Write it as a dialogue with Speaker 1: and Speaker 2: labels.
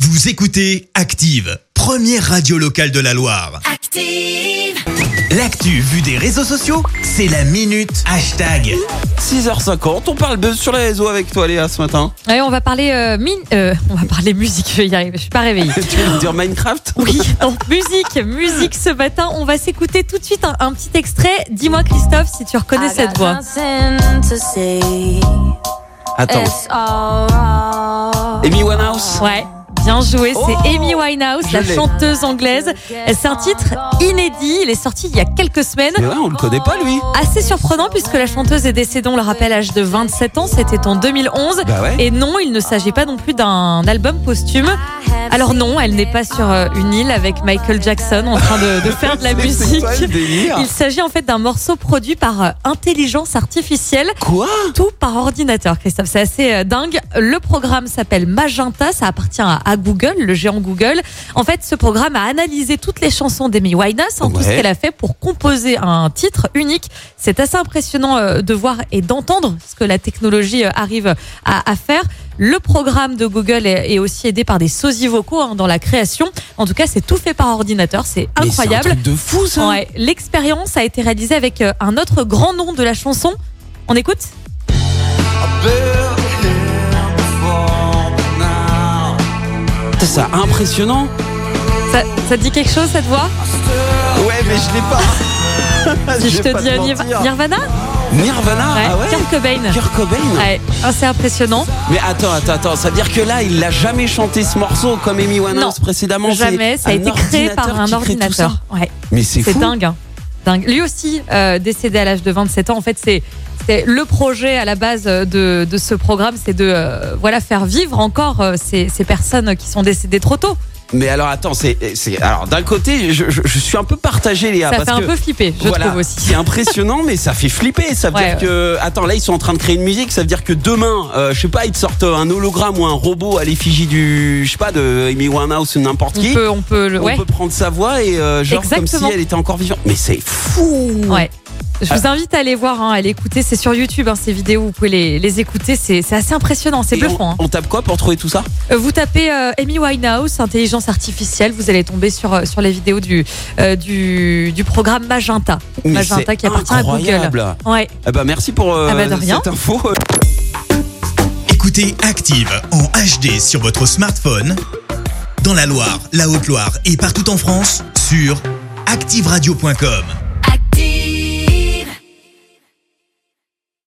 Speaker 1: Vous écoutez Active, première radio locale de la Loire.
Speaker 2: Active.
Speaker 1: L'actu vue des réseaux sociaux, c'est la minute hashtag.
Speaker 3: 6h50, on parle buzz sur les réseaux avec toi Léa ce matin.
Speaker 4: Ouais, on va parler euh, mine- euh, on va parler musique. Je vais y arriver. Je suis pas réveillée.
Speaker 3: tu veux me dire Minecraft
Speaker 4: Oui, donc musique, musique ce matin. On va s'écouter tout de suite un, un petit extrait. Dis-moi Christophe si tu
Speaker 3: Ah,
Speaker 4: reconnais cette voix.
Speaker 3: Attends. Amy Winehouse
Speaker 4: Ouais. Bien joué, c'est
Speaker 3: Oh,
Speaker 4: Amy Winehouse,
Speaker 3: je
Speaker 4: la
Speaker 3: l'ai.
Speaker 4: chanteuse anglaise. C'est un titre inédit, il est sorti il y a quelques
Speaker 3: Mais
Speaker 4: semaines.
Speaker 3: ouais, on le connaît pas lui.
Speaker 4: Assez surprenant puisque la chanteuse est décédée, on le rappelle, à l'âge de 27 ans, c'était en 2011.
Speaker 3: Bah ouais.
Speaker 4: Et non, il ne s'agit pas non plus d'un album posthume. Alors non, elle n'est pas sur euh, une île avec Michael Jackson en train de, de faire de la
Speaker 3: C'est- C'est
Speaker 4: musique.
Speaker 3: quoi le délire
Speaker 4: Il s'agit en fait d'un morceau produit par euh, intelligence artificielle,
Speaker 3: Quoi
Speaker 4: tout par ordinateur, Christophe. C'est assez euh, dingue. Le programme s'appelle Magenta, ça appartient à, à Google, le géant Google. En fait, ce programme a analysé toutes les chansons d'Amy Winehouse, en tout ce
Speaker 3: Ouais.
Speaker 4: qu'elle a fait pour composer un titre unique. C'est assez impressionnant euh, de voir et d'entendre ce que la technologie euh, arrive à, à faire. Le programme de Google est, est aussi aidé par des sosies vocaux hein, dans la création. En tout cas, c'est tout fait par ordinateur, c'est
Speaker 3: Mais c'est un
Speaker 4: incroyable.
Speaker 3: truc de fou ça.
Speaker 4: Ouais, l'expérience a été réalisée avec euh, un autre grand nom de la chanson. On écoute
Speaker 3: C'est ça, impressionnant.
Speaker 4: ça, ça te dit quelque chose cette voix
Speaker 3: Ouais, mais je l'ai pas.
Speaker 4: Si je
Speaker 3: vais
Speaker 4: te
Speaker 3: pas
Speaker 4: dis Niv-
Speaker 3: mentir.
Speaker 4: Nirvana
Speaker 3: Nirvana,
Speaker 4: Ouais,
Speaker 3: ah ouais.
Speaker 4: Kurt Cobain.
Speaker 3: Kurt Cobain.
Speaker 4: Ouais, assez impressionnant.
Speaker 3: Mais attends, attends, attends, ça veut dire que là, il n'a jamais chanté ce morceau comme Amy Winehouse
Speaker 4: Non,
Speaker 3: précédemment. c'est
Speaker 4: Jamais, ça a
Speaker 3: un
Speaker 4: été créé par
Speaker 3: ordinateur
Speaker 4: un
Speaker 3: qui crée tout
Speaker 4: ordinateur. Ouais,
Speaker 3: ça. Mais c'est
Speaker 4: c'est
Speaker 3: fou.
Speaker 4: dingue. hein. dingue. Lui aussi, euh, décédé à l'âge de 27 ans, en fait, c'est. c'est le projet à la base euh, de, de ce programme, c'est de euh, voilà faire vivre encore euh, ces, ces personnes qui sont décédées trop tôt.
Speaker 3: Mais alors attends, c'est c'est- alors d'un côté, je, je- je suis un peu partagé Léa Ah,
Speaker 4: ça
Speaker 3: parce
Speaker 4: fait un
Speaker 3: que
Speaker 4: peu flipper, je
Speaker 3: voilà,
Speaker 4: trouve aussi.
Speaker 3: c'est impressionnant mais ça fait flipper, ça veut
Speaker 4: Ouais,
Speaker 3: dire
Speaker 4: ouais.
Speaker 3: que attends, là ils sont en train de créer une musique, ça veut dire que demain, euh, je sais pas, ils te sortent un hologramme ou un robot à l'effigie du je sais pas de Amy Winehouse ou n'importe
Speaker 4: On
Speaker 3: qui.
Speaker 4: peut, on peut, le-
Speaker 3: On
Speaker 4: ouais.
Speaker 3: peut prendre sa voix et euh, genre comme
Speaker 4: Exactement.
Speaker 3: si elle était encore vivante. Mais c'est fou.
Speaker 4: Ouais. Je vous invite à aller voir, hein, à l'écouter. C'est sur YouTube, hein, ces vidéos. Vous pouvez les, les écouter. C'est c'est assez impressionnant. C'est
Speaker 3: Et on-
Speaker 4: bluffant. hein.
Speaker 3: on, tape quoi pour trouver tout ça
Speaker 4: Euh, Vous tapez euh, Amy Winehouse, intelligence artificielle. Vous allez tomber sur, euh, sur les vidéos du, euh, du, du programme Magenta.
Speaker 3: Mais
Speaker 4: Magenta
Speaker 3: c'est
Speaker 4: qui appartient à Google.
Speaker 3: incroyable.
Speaker 4: Ouais.
Speaker 3: Ah bah merci pour euh,
Speaker 4: Ah bah de rien.
Speaker 3: cette info.
Speaker 1: Écoutez Active en HD sur votre smartphone, dans la Loire, la Haute-Loire et partout en France, sur activeradio.com.